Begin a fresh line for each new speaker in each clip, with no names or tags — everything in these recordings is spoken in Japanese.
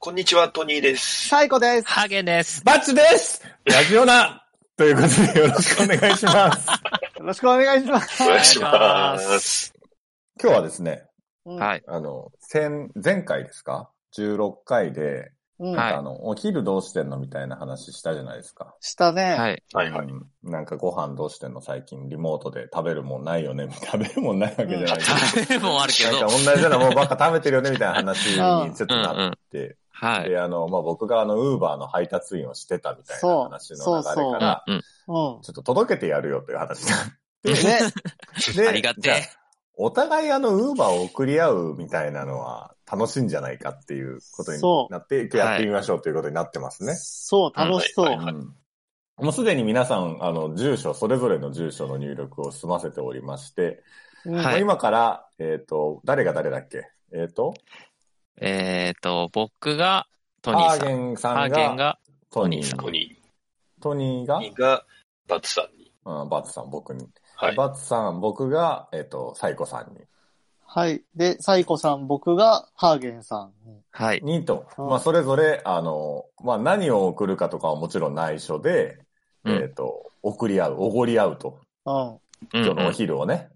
こんにちは、トニーです。
サイコです。
ハーゲンです。
バッチですラジオナということでよろしくお願いします。
よろしくお願いします。。
お願いします。
今日はですね、
はいい。
あの、先、前回ですか ?16 回で、
うん。
はい
あの、お昼どうしてんのみたいな話したじゃないですか。
したね。
はい。
はいはい。
うんなんかご飯どうしてんの最近リモートで食べるもんないよね 食べるもんないわけじゃないで す
もあるけ
なん
ど
か。同じようなもんばっか食べてるよねみたいな話にちょっとなって、
はい。
で、あの、まあ、僕があの、ウーバーの配達員をしてたみたいな話の流れから、
うん
う
ちょっと届けてやるよという話になっ
ん。ね。
て。
ありがてえ
じゃあお互いあの、ウーバーを送り合うみたいなのは楽しいんじゃないかっていうことに
そう
なって、今日やってみましょうということになってますね。
そう、楽しそう
はい。はい
うんもうすでに皆さん、あの、住所、それぞれの住所の入力を済ませておりまして、
うん
はい
もう今から、えっ、と、誰が誰だっけえっ、と、
えっと、僕がトニ
ハ
ー
ー
さ
ゲ
ん。
ン
ハ
さ
ー
ん
ゲン
が、
が、
トニ
トニーさ
ー
ん
トニ
トニーが、
ーが、バツさんに。
うん、バツさん、僕に。
はい。
バツさん、僕が、えっ、と、サイコさんに。
はい。で、サイコさん、僕が、ハーゲンさん。
はい。
にと、
うん
まあ、それぞれ、あの、まあ、何を送るかとかはもちろん内緒で、
うん
えっ、と、送り合う、おごり合うと。
うん。
うん
今日のお昼をね。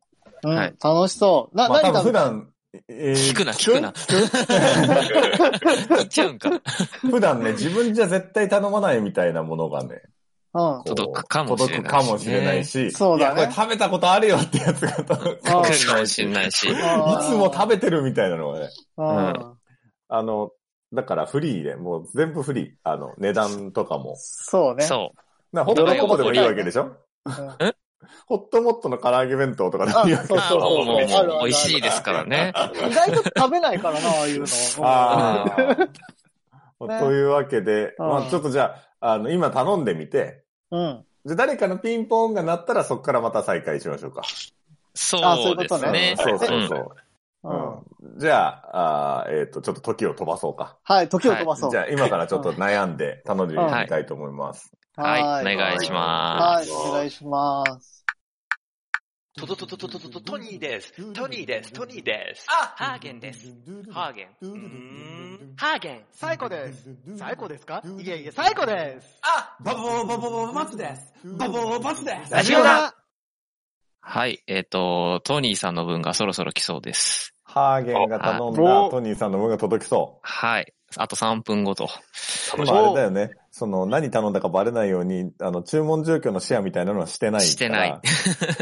うん。
はい
楽しそう。な、
まあ、多
何
分
食
普
べ
段、えー
聞くな、聞くな。聞いちゃうんか。
普段ね、自分じゃ絶対頼まないみたいなものがね、
うん
こう
届くかもしれないしね
届くかもしれないし。
そうだね
いやこれ食べたことあるよってやつが届くかも
来
し
る
れ
か
ない
もし
し。い
れないし。
あー
つも食べてるみたいなのがね。
うん。
あの、だからフリーで、もう全部フリー。あの、値段とかも。
そうね。
そ。
な、ホットモットでもいいわけでしょ
うん
ホットモットの唐揚げ弁当とかでもいいわ
あ
け
そうう
まあ、もう、もう
あるあるある
美味しいですからね。
意外と食べないからな、ああいう の。
あ
うん
ーというわけで、
うん
まあちょっとじゃあ、あの、今頼んでみて、
うん。
じゃあ誰かのピンポンが鳴ったらそこからまた再開しましょうか。
あそうい
そうう
こ
で
と
す
ね
ね。
うんそう
う
そうんそう。
うん。
うんじゃあ、あーえっ、と、ちょっと時を飛ばそうか。
はい、時を飛ばそう
じ。ゃあ、今からちょっと悩んで頼んでみたいと思います。
はい。お願いしま
はい、お願いします。
トトトトトトトトニーです。トニーです。トニーです。
あ、ハーゲンです。ハーゲン。うーんハーゲン。
サイコです。サイコですかいえいえ、サイコです。
あ、バボーバボーババツです。バボーバツです。
ラジオだ
はい。えっと、トニーさんの分がそろそろ来そうです。
ハーゲンが頼んだ
お
トニーさんの分が届きそう。
はい。あと3分後と。
楽し
ま
み
あ、あれだよね。その、何頼んだかバレないように、あの、注文状況のシェアみたいなのはしてないから。
してない。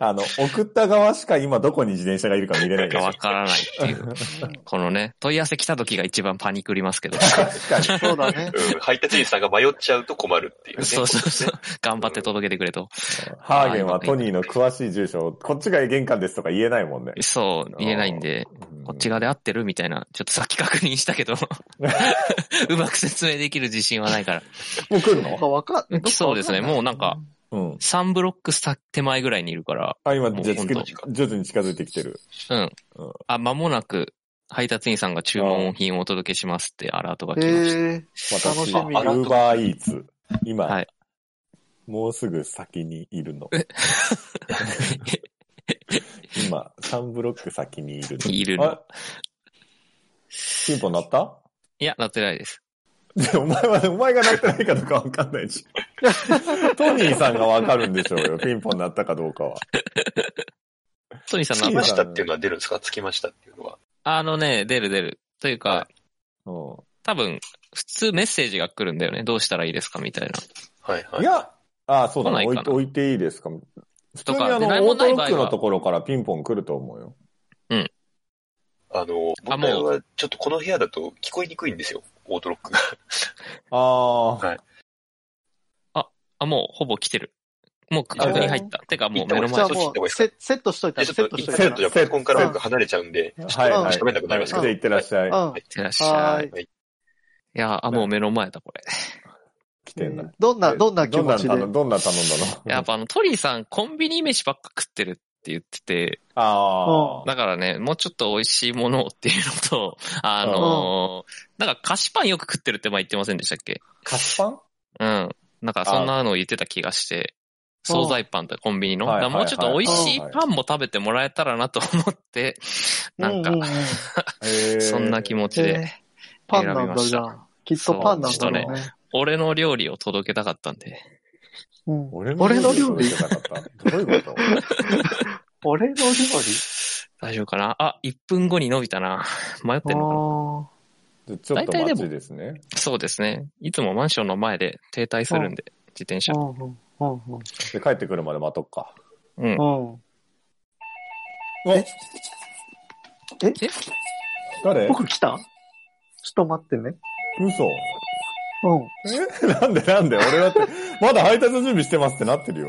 あの、送った側しか今どこに自転車がいるか見れないでしょ
わからないって いう。このね、問い合わせ来た時が一番パニクります けど。
確かに。
そうだね。
うん配達員さんが迷っちゃうと困るっていうね。
そうそうそう。頑張って届けてくれと。
ハーゲンはトニーの詳しい住所を、こっちが玄関ですとか言えないもんね。
そう、言えないんで、こっち側で合ってるみたいな、ちょっとさっき確認したけ ど、うまく説明できる自信はないか
もう来る
なん
の
かわかん
ら。 そうですね、もうなんか、
うん。
3ブロックさ手前ぐらいにいるから、
あ、今、じゃあ
もう
近
本
づ徐々に近づいてきてる。
うん
うん。
あ、間もなく、配達員さんが注文品をお届けしますってアラートが来ました。
えー、楽
私、
し
ウ
みだ
ーバーイーツ。今、
はい
もうすぐ先にいるの。 今、3ブロック先にいるの。
いるの
あ。ピンポン鳴った
いや、なってないです。
でお前は、お前が鳴ってないかどうかわかんな いし。トニーさんがわかるんでしょうよ。ピンポン鳴ったかどうかは。
トニーさん
着
な
きま
んか
したっていうのは出るんですか着きましたっていうのは。
あのね、出る出る。という
は
か、
う
多分、普通メッセージが来るんだよね。どうしたらいいですかみたいな。
はいは
ん。い
い。
や、あそうだ
来な
な。
い
置
か
い
な
て、置いていいですか普通
と
に
か
あの、
何
オ
も
ー
な
ト
い
ロ
場合は
ックのところからピンポン来ると思うよ。
あの、
あ
僕
もう
はちょっとこの部屋だと聞こえにくいんですよ。オートロックが。
あー。
あ、もうほぼ来てる。もう確認入った。てかもう目の
じゃ
前
あ。もうセ、セットしといたら、
でち
セ
ょ
ッ
っ
ト
と一
しとい
セ
た
ットじ
ら。
ゃパソコンから離れちゃうんで、
はいはい。
喋んなくなります
じゃあ
け
行ってらっしゃい。
うん。
いってらっしゃ。
はいい。
ど。はい。
いやー、あ、もう目の前だ、これ。
来てんだ。
どんな、どんな気持ちで
どんな。どんな頼んだの
やっぱあの、トリーさん、コンビニ飯ばっか食ってるって言ってて、
ああ。
だからね、もうちょっと美味しいものをっていうのと、 あのー、なんか菓子パンよく食ってるって前言ってませんでしたっけ
菓子パン
うん。なんかそんなの言ってた気がして、
うん
惣菜パンとかコンビニの。
はい
だからもうちょっと美味しい
はいはい
パンも食べてもらえたらなと思って、なんか
うう、う
へ ー
そんな気持ち
へー
で
パンなんだじゃ
選び
ん。きっとパンなんだろうね。
俺の料理を届けたかったんで。
うん、
俺
俺の料理
じゃなかった。どういうこと
俺の料
大丈夫かなあ、1分後に伸びたな。 迷って
理
んの
あ
かな
でちょっと待ちですね。
そうですね。いつもマンションの前で停滞するんで、自転車
あ。。うんうんうん
で、帰ってくるまで待とっか。
うん。
うんうん。
え
え
誰
僕来たちょっと待ってね。
嘘。
うん。
えなんでなんで俺だって、まだ配達準備してますってなってるよ。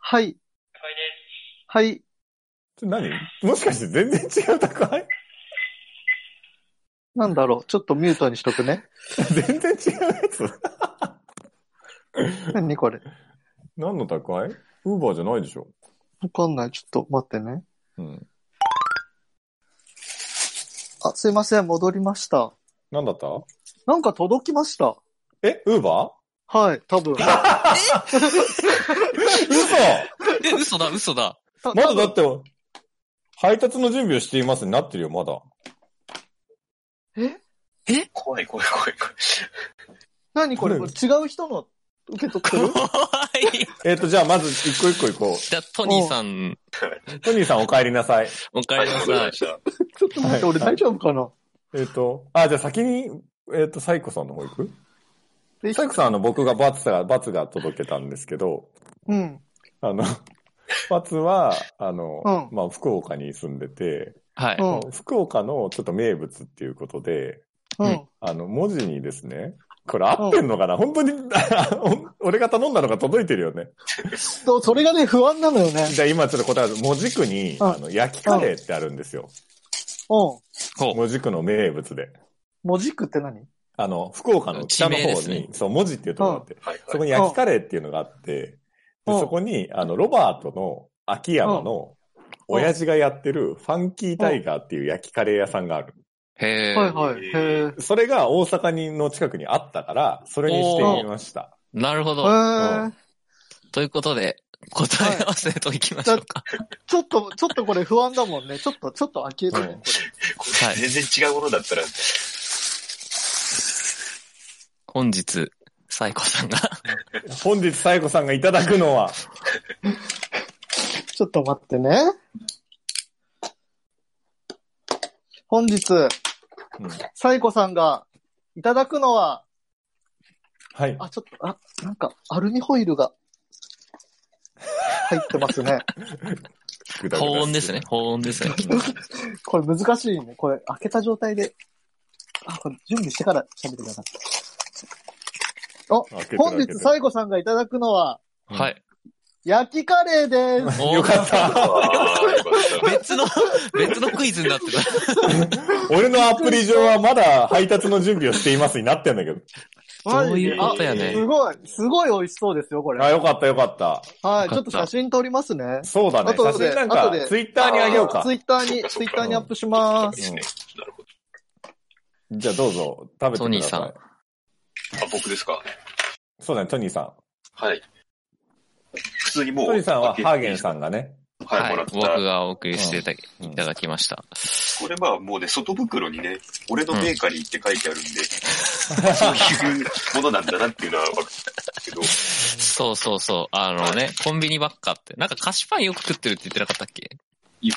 はい。はい。
ちょ何もしかして全然違う宅配
なんだろう。ちょっとミュートにしとくね。
全然違うやつ
何これ。
何の宅配ウーバーじゃないでしょ。
わかんない。ちょっと待ってね。
うん。
あ、すいません。戻りました。
何だった
なんか届きました。
えウーバ
はい。多分。た
ー嘘
え、嘘だ、嘘 だ。
多
まだ
分
だって、配達の準備をしていますになってるよ、まだ。
怖い怖い怖い怖い。
何これこ
これ
れ違う人の受け取ってる
怖い。
えっ、と、じゃあまず一個一個行こ
じゃあ、トニーさん、
う。トニーさんお帰りなさい。
お帰りなさい。
ちょっと待って、
はい
俺大丈夫かな
えっ、と、あ、じゃあ先に、えっ、と、サイコさんの方行く
で
サイコさん、あの、僕がバツが、バツが届けたんですけど、
うん。
あの、 バツは、あの、
う
まあ、福岡に住んでて、
はい。
うん。
福岡のちょっと名物っていうことで、
うん。
あの、文字にですね、これ合ってんのかな、本当に、 あお俺が頼んだのが届いてるよね。
そうそれがね、不安なのよね。
じゃあ今ちょっと答える。文字区に、
うん
あの、焼きカレーってあるんですよ。
うん。
ほう。
文字区の名物で。
文字区って何
あの、福岡の北の
地名で
方
す
に、
ね
そう、文字っていうところがあって、
はい
そこに焼きカレーっていうのがあって、
うん
でそこに、あの、ロバートの秋山の
うん
親父がやってるファンキータイガーっていう焼きカレー屋さんがある。
へえ。
はいはい。へえ。
それが大阪にの近くにあったから、それにしてみました。
なるほど。
へえ。
ということで、答え合わせといきましょうか。
ちょっと、ちょっとこれ不安だもんね。ちょっと、ちょっと開ける
うん
ね、これ。
はい。
全然違うものだったら、
本日、サイコさんが
本日、サイコさんがいただくのは、
ちょっと待ってね。本日、
うん
サイコさんがいただくのは、
はい。
あ、ちょっと、あ、なんかアルミホイルが入ってますね。
グダグダ
保温ですね。。保温ですね。
これ難しいね。これ開けた状態で。あ、これ準備してから喋ってください。
開けてる
本
開けて
日
る
サイコさんがいただくのは、
うん
はい。
焼きカレー です。
おー
よかった。
別の、別のクイズになってた。
俺のアプリ上はまだ配達の準備をしていますになってんだけど。
どう
マジ
い
で
うことやね
あす。ごい、すごい美味しそうですよ、これ。
あ、
はい、
よかったよかった。
ちょっと写真撮りますね。
そうだね。
後
写
で
真なん
後
か
で、
ツイッターにあげようか
ツ。イッターに、ツイッターにアップします。
うん
なるほど。
じゃあどうぞ、食べてください。
トニーさん。
あ、僕ですか
そうだね、トニーさん。
はい。普通にもう。
トニーさんはハーゲン
ん。
さんがね。
は、
はい
も
い
らっ。
僕
た。
がお送りしていたい
うん
ただきました。
これはもうね、外袋にね、俺のベーカリーって書いてあるんで、そういうものなんだなっていうのはわかるんですけど、
そうそうそう。あのね、コンビニばっかって。なんか菓子パンよく食ってるって言ってなかったっけ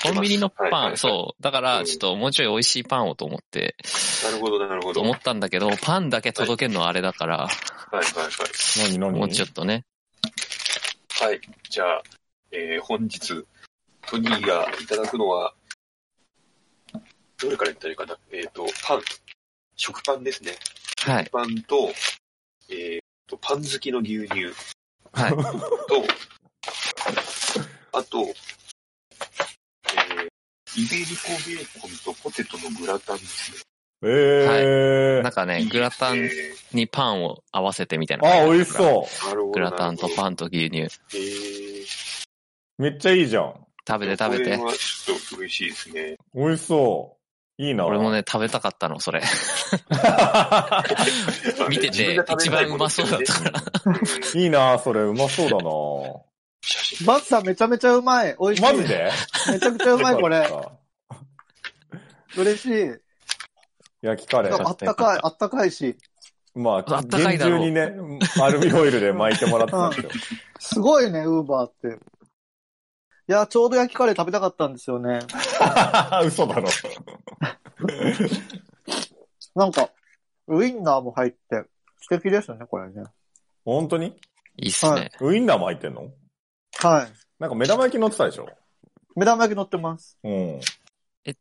コンビニのパン、
う。
そう。だから、
うん
ちょっともうちょい美味しいパンをと思って、
なるほど、なるほ
と
ど。
思
はい
ったんだけど、パンだけ届けるのはあれだから、
はい
何何
もうちょっとね。
はい。はい。じゃあ、えー、本日、トニーがいただくのは、どれからいったらいいかなえっ、と、パン。食パンですね。
はい。
パンと、えー、と、パン好きの牛乳
はい。
と、あと、えー、イベリコベーコンとポテトのグラタンですね。
え ー
なん。かね、グラタン
え
にパンを合わせてみたいな。
あ、美味しそ
ーなるほど。
グラタンと
ン。
パンと牛乳。
えー、
う。めっちゃいいじゃん。
食べて食べて
これ。はちょっと嬉しいですね。
美味しそう。いいな。
俺も。ね、食べたかったの、それ。 見てて一番うまそうだった
から。
いいな、それ。うまそうだ
写真
バッサめちゃめちゃうまい。美味しい。
な。マジで
めちゃくちゃうまい、これ。
よかっ
嬉しい。
焼きカレ
なん
ー。
かあったかい、あったかいし、
ま
あ
あ、
ったかい
厳
だろ
重
う
にね、アルミホイルで巻いてもらってたんですよ。
すごいね、ウーバーって。いや、ちょうど焼きカレー食べたかったんですよね。
嘘だろ。
なんか、ウインナーも入って、素敵ですよね、これね。
本当に
いいっす
は
ね
い。
ウインナー巻いてんの
はい。
なんか目玉焼き乗ってたでしょ
目玉焼き乗ってます。
うん。い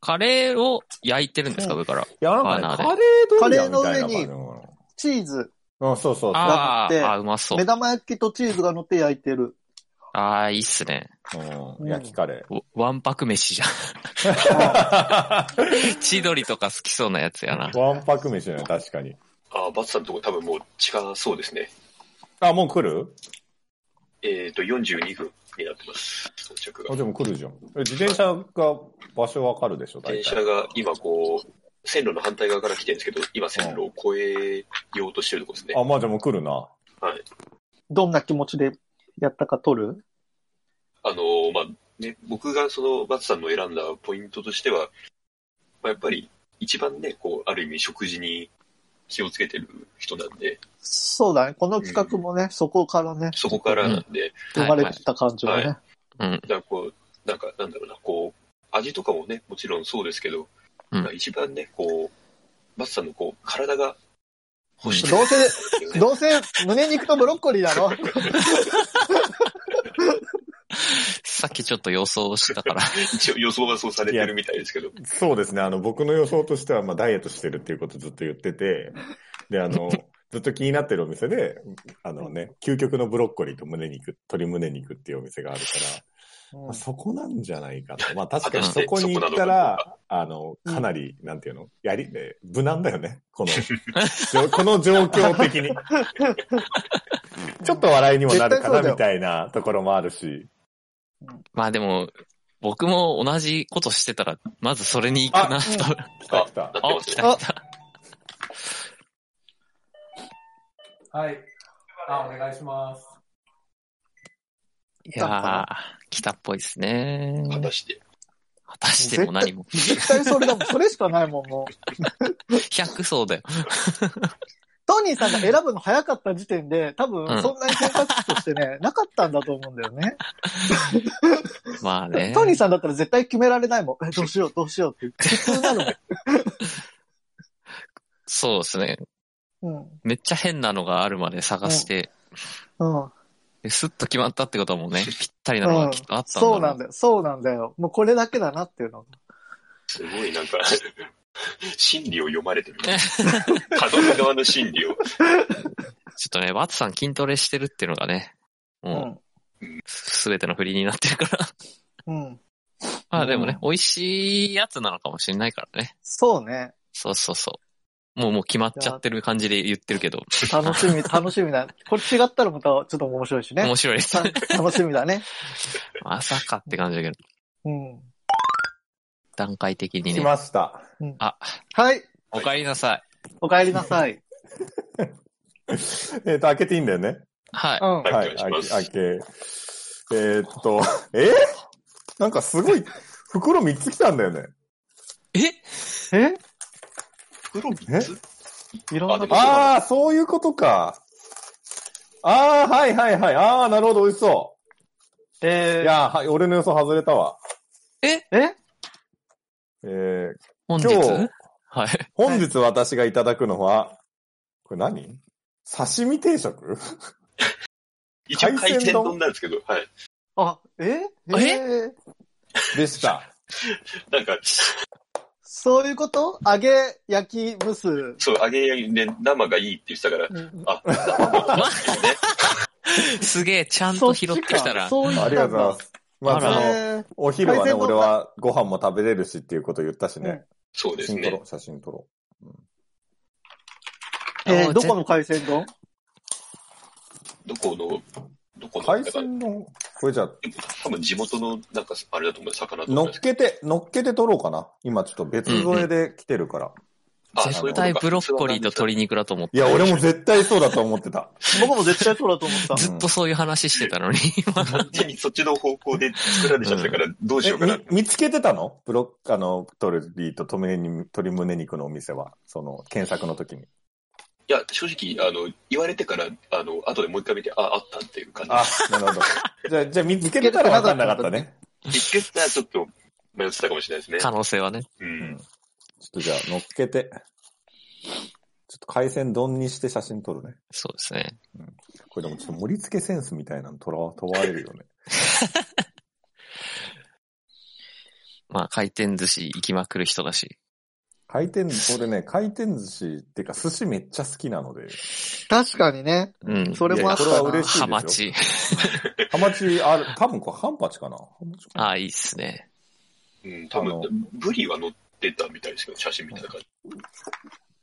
カレーを焼いてるんですか、上から。
や、なんかね、
バーナーで
カレードリアみたいな感じ
カレー
なのか
チーズ、
な。うん、そうそうそう。
あ
だって
ーあー、うまそう
目。玉焼きとチーズが乗って焼いてる。
ああ、いいっすね。
うん、焼きカレ
わわんぱく飯じゃ
ー。
ん。千鳥とか好きそうなやつやな。
わんぱく飯だね、確かに。
あー、バツさんのとこ多分もう近そうですね。
あ、もう来る
えっ、と、42分になってます。到着
あ、
が。
でも来るじゃん。え自転車が場所わかるでしょ、大
電
体
車。が今こう、線路の反対側から来てるんですけど、今線路を越えようとしてるとこですね。
あ、まあじゃあもう来るな。
どんな気持ちでやったか撮る
あのーまあ、ね、僕がそのバツさんの選んだポイントとしては、まあ、やっぱり一番ね、こう、ある意味食事に気をつけてる人なんで、
そうだね。この企画もね、そこからね、
そこからなんで、
生まれてきた感じがね。
はいは
う
だ
ん。
からこう、なんか、なんだろうな、こう、味とかもね、もちろんそうですけど、
う
な
ん
んか一番ね、こう、バツさんのこう、体 が欲しい、
どうせ、どうせ、胸肉とブロッコリーだろ
さっきちょっと予想したから。
一応予想がそうされてるみたいですけど、
そうですね。あの、僕の予想としては、まあ、ダイエットしてるっていうことずっと言ってて、で、あの、 ずっと気になってるお店で、あのね、究極のブロッコリーと胸肉、鶏胸肉っていうお店があるから、まあ、そこなんじゃないかと。まあ、確かにそこに行ったら、あの、かなり、なんていうのやり、え無難だよね。この、じょこの状況的に。ちょっと笑いにもなるかな、みたいなところもあるし。
まあでも、僕も同じことしてたら、まずそれに行くなと。
あ来た来た。
うん
あ、来た来た。
はい。あ、お願いします。
いやー、来たっぽいですね。
果たして。
果たしても何も。
絶対それだもん。それしかないもん、もう。
100層だよ。
トニーさんが選ぶの早かった時点で、多分そんなに選択肢としてね、なかったんだと思うんだよね。
まあね。
トニーさんだったら絶対決められないもん。え、どうしよう、どうしようって。普通なの
そうですね。
もん。
めっちゃ変なのがあるまで探して、
うん。うん。
でスッと決まったってこともね、ぴったりなのがきっとあったんだろ
そうなんだよ。そうなんだよ。もうこれだけだなっていうの。
すごいなんか、心理を読まれてる。角の側の心理を。
ちょっとね、バツさん筋トレしてるっていうのがね、
う。
もうんすべての振りになってるから。
うん。
まあでもね、
う
美味しいやつなのかもしれないからね。
そうね。
そうそうそう。もうもう決まっちゃってる感じで言ってるけど、
楽しみ、楽しみだ。これ違ったらまたちょっと面白いしね
面。白いです。
た 楽しみだね。
まさかって感じだけど、
うん。
段階的に
来
ね。
ました。
あ、
はい。
お帰りなさい。
お帰りなさい。
えっと、開けていいんだよね。
はい。
うん。
はい
はい、
お願いします
あけ、えーっと、 えーなんかすごい、袋3つ来たんだよね。
え
え
袋3つ
いろん
あで
な
も
ああ、そういうことか。ああ、はいはいはい。ああ、なるほど、美味しそ
え
う。いやー、はい、俺の予想外れたわ。
ー、え
えー、
本日
今日
はい。
本日私がいただくのは、これ何刺身定食
一応海
海鮮
鮮丼
丼
なんですけど、はい。
あ、え
え
え
でした。
なんか、
そういうこと揚げ、焼き、蒸す。
そう、揚げ焼きで生がいいって言ってたから、
うん
あ、生もいいですよね。
すげえ、ちゃんと拾ってきたら。
そういう
ありがとうござい ます。ま
あら
あ、
えー
お昼は
海
ね、
鮮丼
俺はご飯も食べれるしっていうこと言ったしね。
そう
写
です
真撮ろ
ね。
う、写真撮ろ
え
あ
ーどこの海鮮丼
どこの、どこ
う。
の、
海
だから
鮮丼これじゃあ、
多分地元の、なんか、あれだと思う、魚だと思
乗
うん
っ
ですけ
けて、乗っけて撮ろうかな。今ちょっと別添えで来てるから。
あそういう
絶
ことか
対ブロッコリーと鶏肉だと思っ
い
て。
や、俺も絶対そうだと思ってた。
僕も絶対そうだと思った。
ず
ずっとそういう話してたのに、
完全にそっちの方向で作られちゃったから、どうし
え
ようかな。
み見つけてたのブロッ、あの、鶏と鶏鶏胸肉のお店は、その、検索の時に。
いや、正直、あの、言われてから、あの、後でもう一回見て、あ、あったっていう感
あ、なるほ ど。じゃあ、じゃあ見つけてたら分かんなかったね。
じ。一回したらちょっと、迷ってたかもしれないですね。
可能性はね。
うん。
ちょっとじゃあ、乗っけて。ちょっと海鮮丼にして写真撮るね。
そうですね。
これでもちょっと盛り付けセンスみたいなのとらわ問われるよね。
まあ、回転寿司行きまくる人だし。
回転、俺ね、回転寿司っていうか寿司めっちゃ好きなので。
確かにね。
うん。
それもあった
いやいや
な
これは嬉しい
ハマチ。
ハマチある、多分これハンパチかなハンパチかな
ああ、いいっすね。
うん、多
あの
分、ブリは乗ってたみたいですけど、写真みたいな感じ。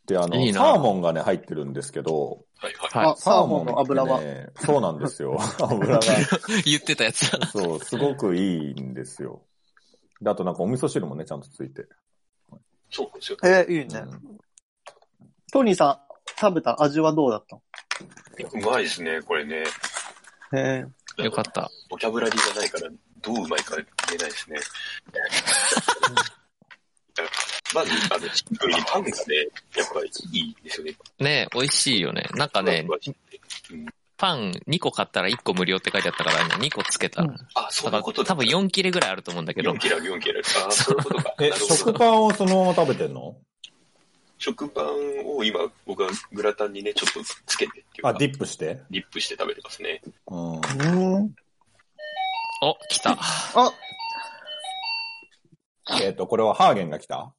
で、あの
いいな
サーモンがね、入ってるんですけど、
はいはい。
はい
あ、サーモンの油は
サー。モンってねそうなんです よ。油が。
言ってたやつだ。
そう、すごくいいんですよ。で、あとなんかお味噌汁もね、ちゃんとついて。
そうなんですよ。
えー、いいね。
うん
トニーさん、食べた味はどうだったの
うまいですね、これね。
え
よかった。
ボキャブラリーがないから、どううまいか言えないですね。まず、あの、シンプルにパンがね、やっぱりいいですよね。
ねえ美味しいよね。なんかね
ふ、わふわして
パン2個買ったら1個無料って書いてあったから、今2個つけた。
うん
だ
あ、そん
か
な
ら
こと
多分4切れぐらいあると思うんだけど
4。キラ、4キラ。ああ、そういうことか。
え、
なるほど
食パンをそのまま食べてんの
食パンを今、僕はグラタンにね、ちょっとつけてっていうか、
あ、ディップして
ディップして食べてますね。
うん。
うん。
お、来た。
あ、
えっ、と、これはハーゲンが来た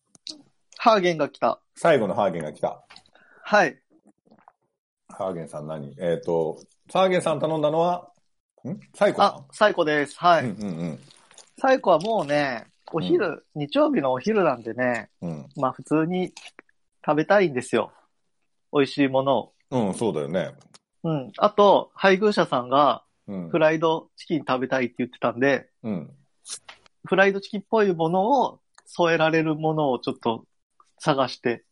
ハーゲンが来た。
最後のハーゲンが来た。
はい。
ハーゲンさん何えっ、と、ハーゲンさん頼んだのは、ん最後
あ、サイコです。は
う
い。
んうん
サイコはもうね、お昼、日曜日のお昼なんでね、
うん。
まあ普通に食べたいんですよ。美味しいものを。
うん。うん、そうだよね。
うん。あと、配偶者さんが
うん
フ。ライドチキン食べたいって言ってたんで、
うん。
フライドチキンっぽいものを添えられるものをちょっと探して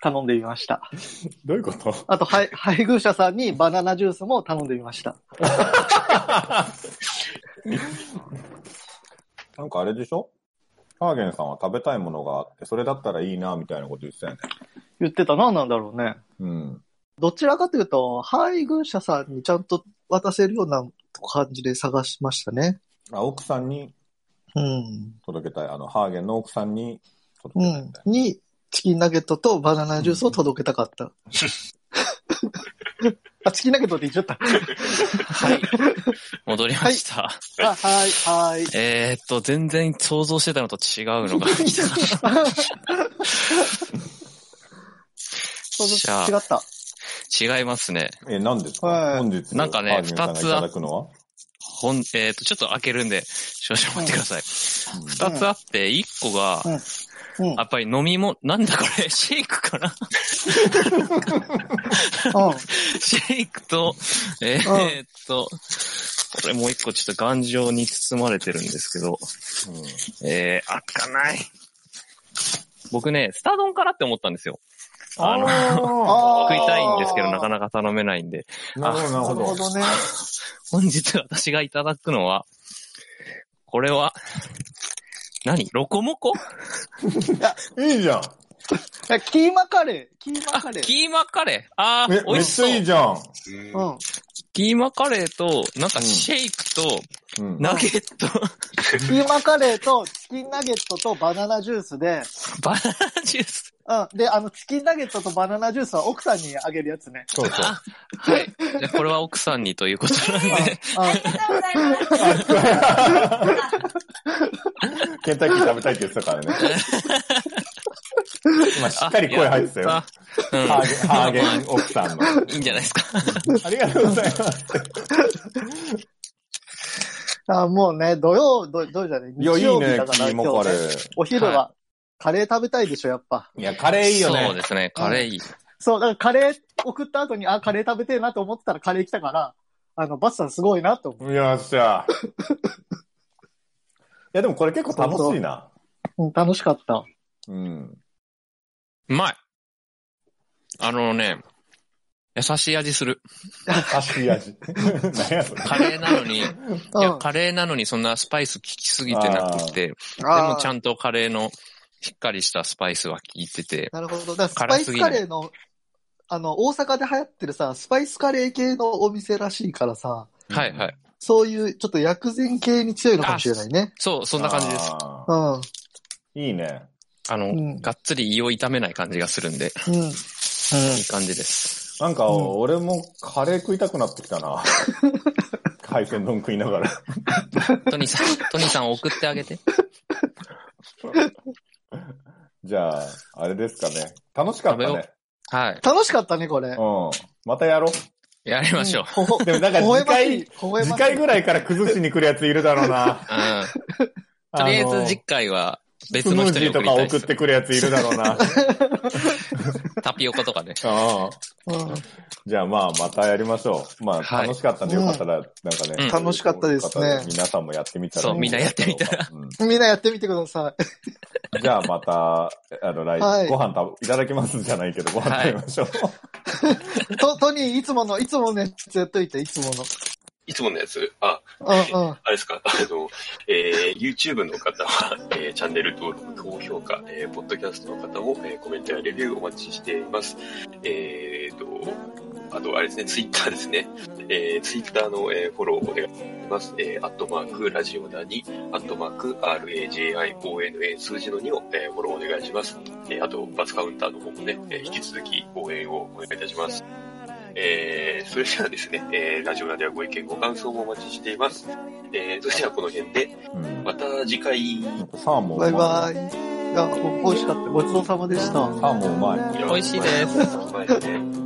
頼んでみました。
どういうこと
あと、はい、配偶者さんにバナナジュースも頼んでみました。
なんかあれでしょハーゲンさんは食べたいものがあって、それだったらいいな、みたいなこと言ってたよね。
言ってたな、なんだろうね。
うん。
どちらかというと、配偶者さんにちゃんと渡せるような感じで探しましたね。
あ、奥さんに
うん。
届けたい。あの、ハーゲンの奥さんに届
う
けたいみ
ん
たい。
に、チキンナゲットとバナナジュースを届けたかった。あ、チキンナゲットって言っちゃっ
はい。戻りました。
た。あ、はい、はい。
えーっと、全然想像してたのと違うのが来た。
そう
じ
そう
ゃ
違った。
あ、違いますね。
え、何ですか、
はい
本日、
なんかね
ハーゲンさんがいただくのは
ほん、えーっと、ちょっと開けるんで、少々待ってください。
うん
二、つあって、一個が、
うん。うん
やっぱり飲み物、なんだこれ、 シェイクかなシェイクと、えー
うん
えーっと、これもう一個ちょっと頑丈に包まれてるんですけど、
うん
えー、開かない。僕ね、スター丼かなって思ったんですよ。あの、
あ
食いたいんですけど、なか
な
なか頼めないんで。
ーなるほど、なる
か。
ほ
なるほ
ど。
どね。
本日私がいただくのは、これは、何ロコモコ
いいじゃん
えキーマカレー。キーマカレー。
キーマカレー。あ
え
ー、美
めっ
味し
ち
そ
ゃ
う。
いいじゃん
うん
うん。
キーマカレーと、なんか
うん
シェイクと、
うん。
ナゲット、
キーマカレーとチキンナゲットとバナナジュースで、
バナナジュース。
うん。で、あの、チキンナゲットとバナナジュースは奥さんにあげるやつね。
そうそう。
あ、はい。じゃあこれは奥さんにということなんで、
う
ケンタッキー食べたいって言ってたからね。今しっかり声入っ てたよ。
や
ハ
ったうん
ーゲン、ハーゲン奥さんの。
いいんじゃないですか。
ありがとうございます。
ん。あもうね、土曜、土土曜じゃない。
いや、
日
いい
曜日
ね
だ、か
キ
ら
ー
今
マ
日
カレ
ね。
ー。
お昼
は
はカレー食べたいでしょ、やっぱ。
いや、カレーいいよ
そう
ね
で。すね。カレーいい。
そう、だからカレー送った後に、あ、カレー食べてえなと思ってたらカレー来たから、あの、バツさんすごいなと思
よっし ゃ。いや、でもこれ結構楽しいな。
う。うん、楽しかった。
うん。
うまい。あのね、優しい味する。
足い味。何やそれ。
カレーなの に、いや、
あ
カレーなのにそんなスパイス効きすぎてなくて、で
あ
もちゃんとカレーのしっかりしたスパイスは効いてて、
なるほど。だからスパイスカレーの、あの、大阪で流行ってるさ、スパイスカレー系のお店らしいからさ、
はいはい。
そういうちょっと薬膳系に強いのかもしれないね。
そう、そんな感じです。
あ
う
ー。
ん。うん。
いいね。
あの、
うん
がっつり胃を痛めない感じがするん で、いい感じです。
なんか、
うん
俺もカレー食いたくなってき たな。海鮮丼食いながら。
トニーさん、トニーさん 送ってあげて。
じゃあ、あれですかね。楽しかった
食
ね。
はい。
楽しかったね、これ。
うん。またやろう。
やりましょう。
うん。ほほ
で もなんか
微笑
次
ましい
回、
微笑
次
ましい
回ぐらいから崩しに来るやついるだろうな。
うん。 とりあえず次回は別の
スムー
人
ジ
に
ー
送
と
り
か
たい
送
で
っ
す。
てくるやついるだろ うな。
タピオカとかね。
うん
うん
じゃあまあ、またやりましょう。まあ、
はい
楽しかったんで、よかったら、なんか
うん
ね。
楽しかったですね
皆さんもやってみたら。
そうみんなやってみたら
うん。
みんなやってみてください。
じゃあまた、あの、来、
はい
ご飯食べ、いただきますじゃないけど、ご飯食べましょう。
と、トニー、いつもの、いつものやつやっといて、いつもの。
いつものやつ、あ、
うんうん。
あれですか、あの、えー YouTube の方は、えーチャンネル登録、高評価、えー、ポッドキャストの方も、えーコメントやレビューお待ちしています。えーと、あと、あれですね、Twitter ですね。えー、Twitter の、えーフォローお願いします。えーアットマーク、ラジオダに、アットマーク、RAJIONA 数字の2を、えーフォローお願いします。えーあと、バツカウンターの方もね、えー引き続き応援をお願いいたします。えーそれではですね、えーラジオナではご意見、ご感想もお待ちしています。えー、それではこの辺で、
うん
また次回。
サーモン。
バイバイ。いや、美味しかった。ごちそうさまでした。
サーモンうまい。
美味しいです。
す。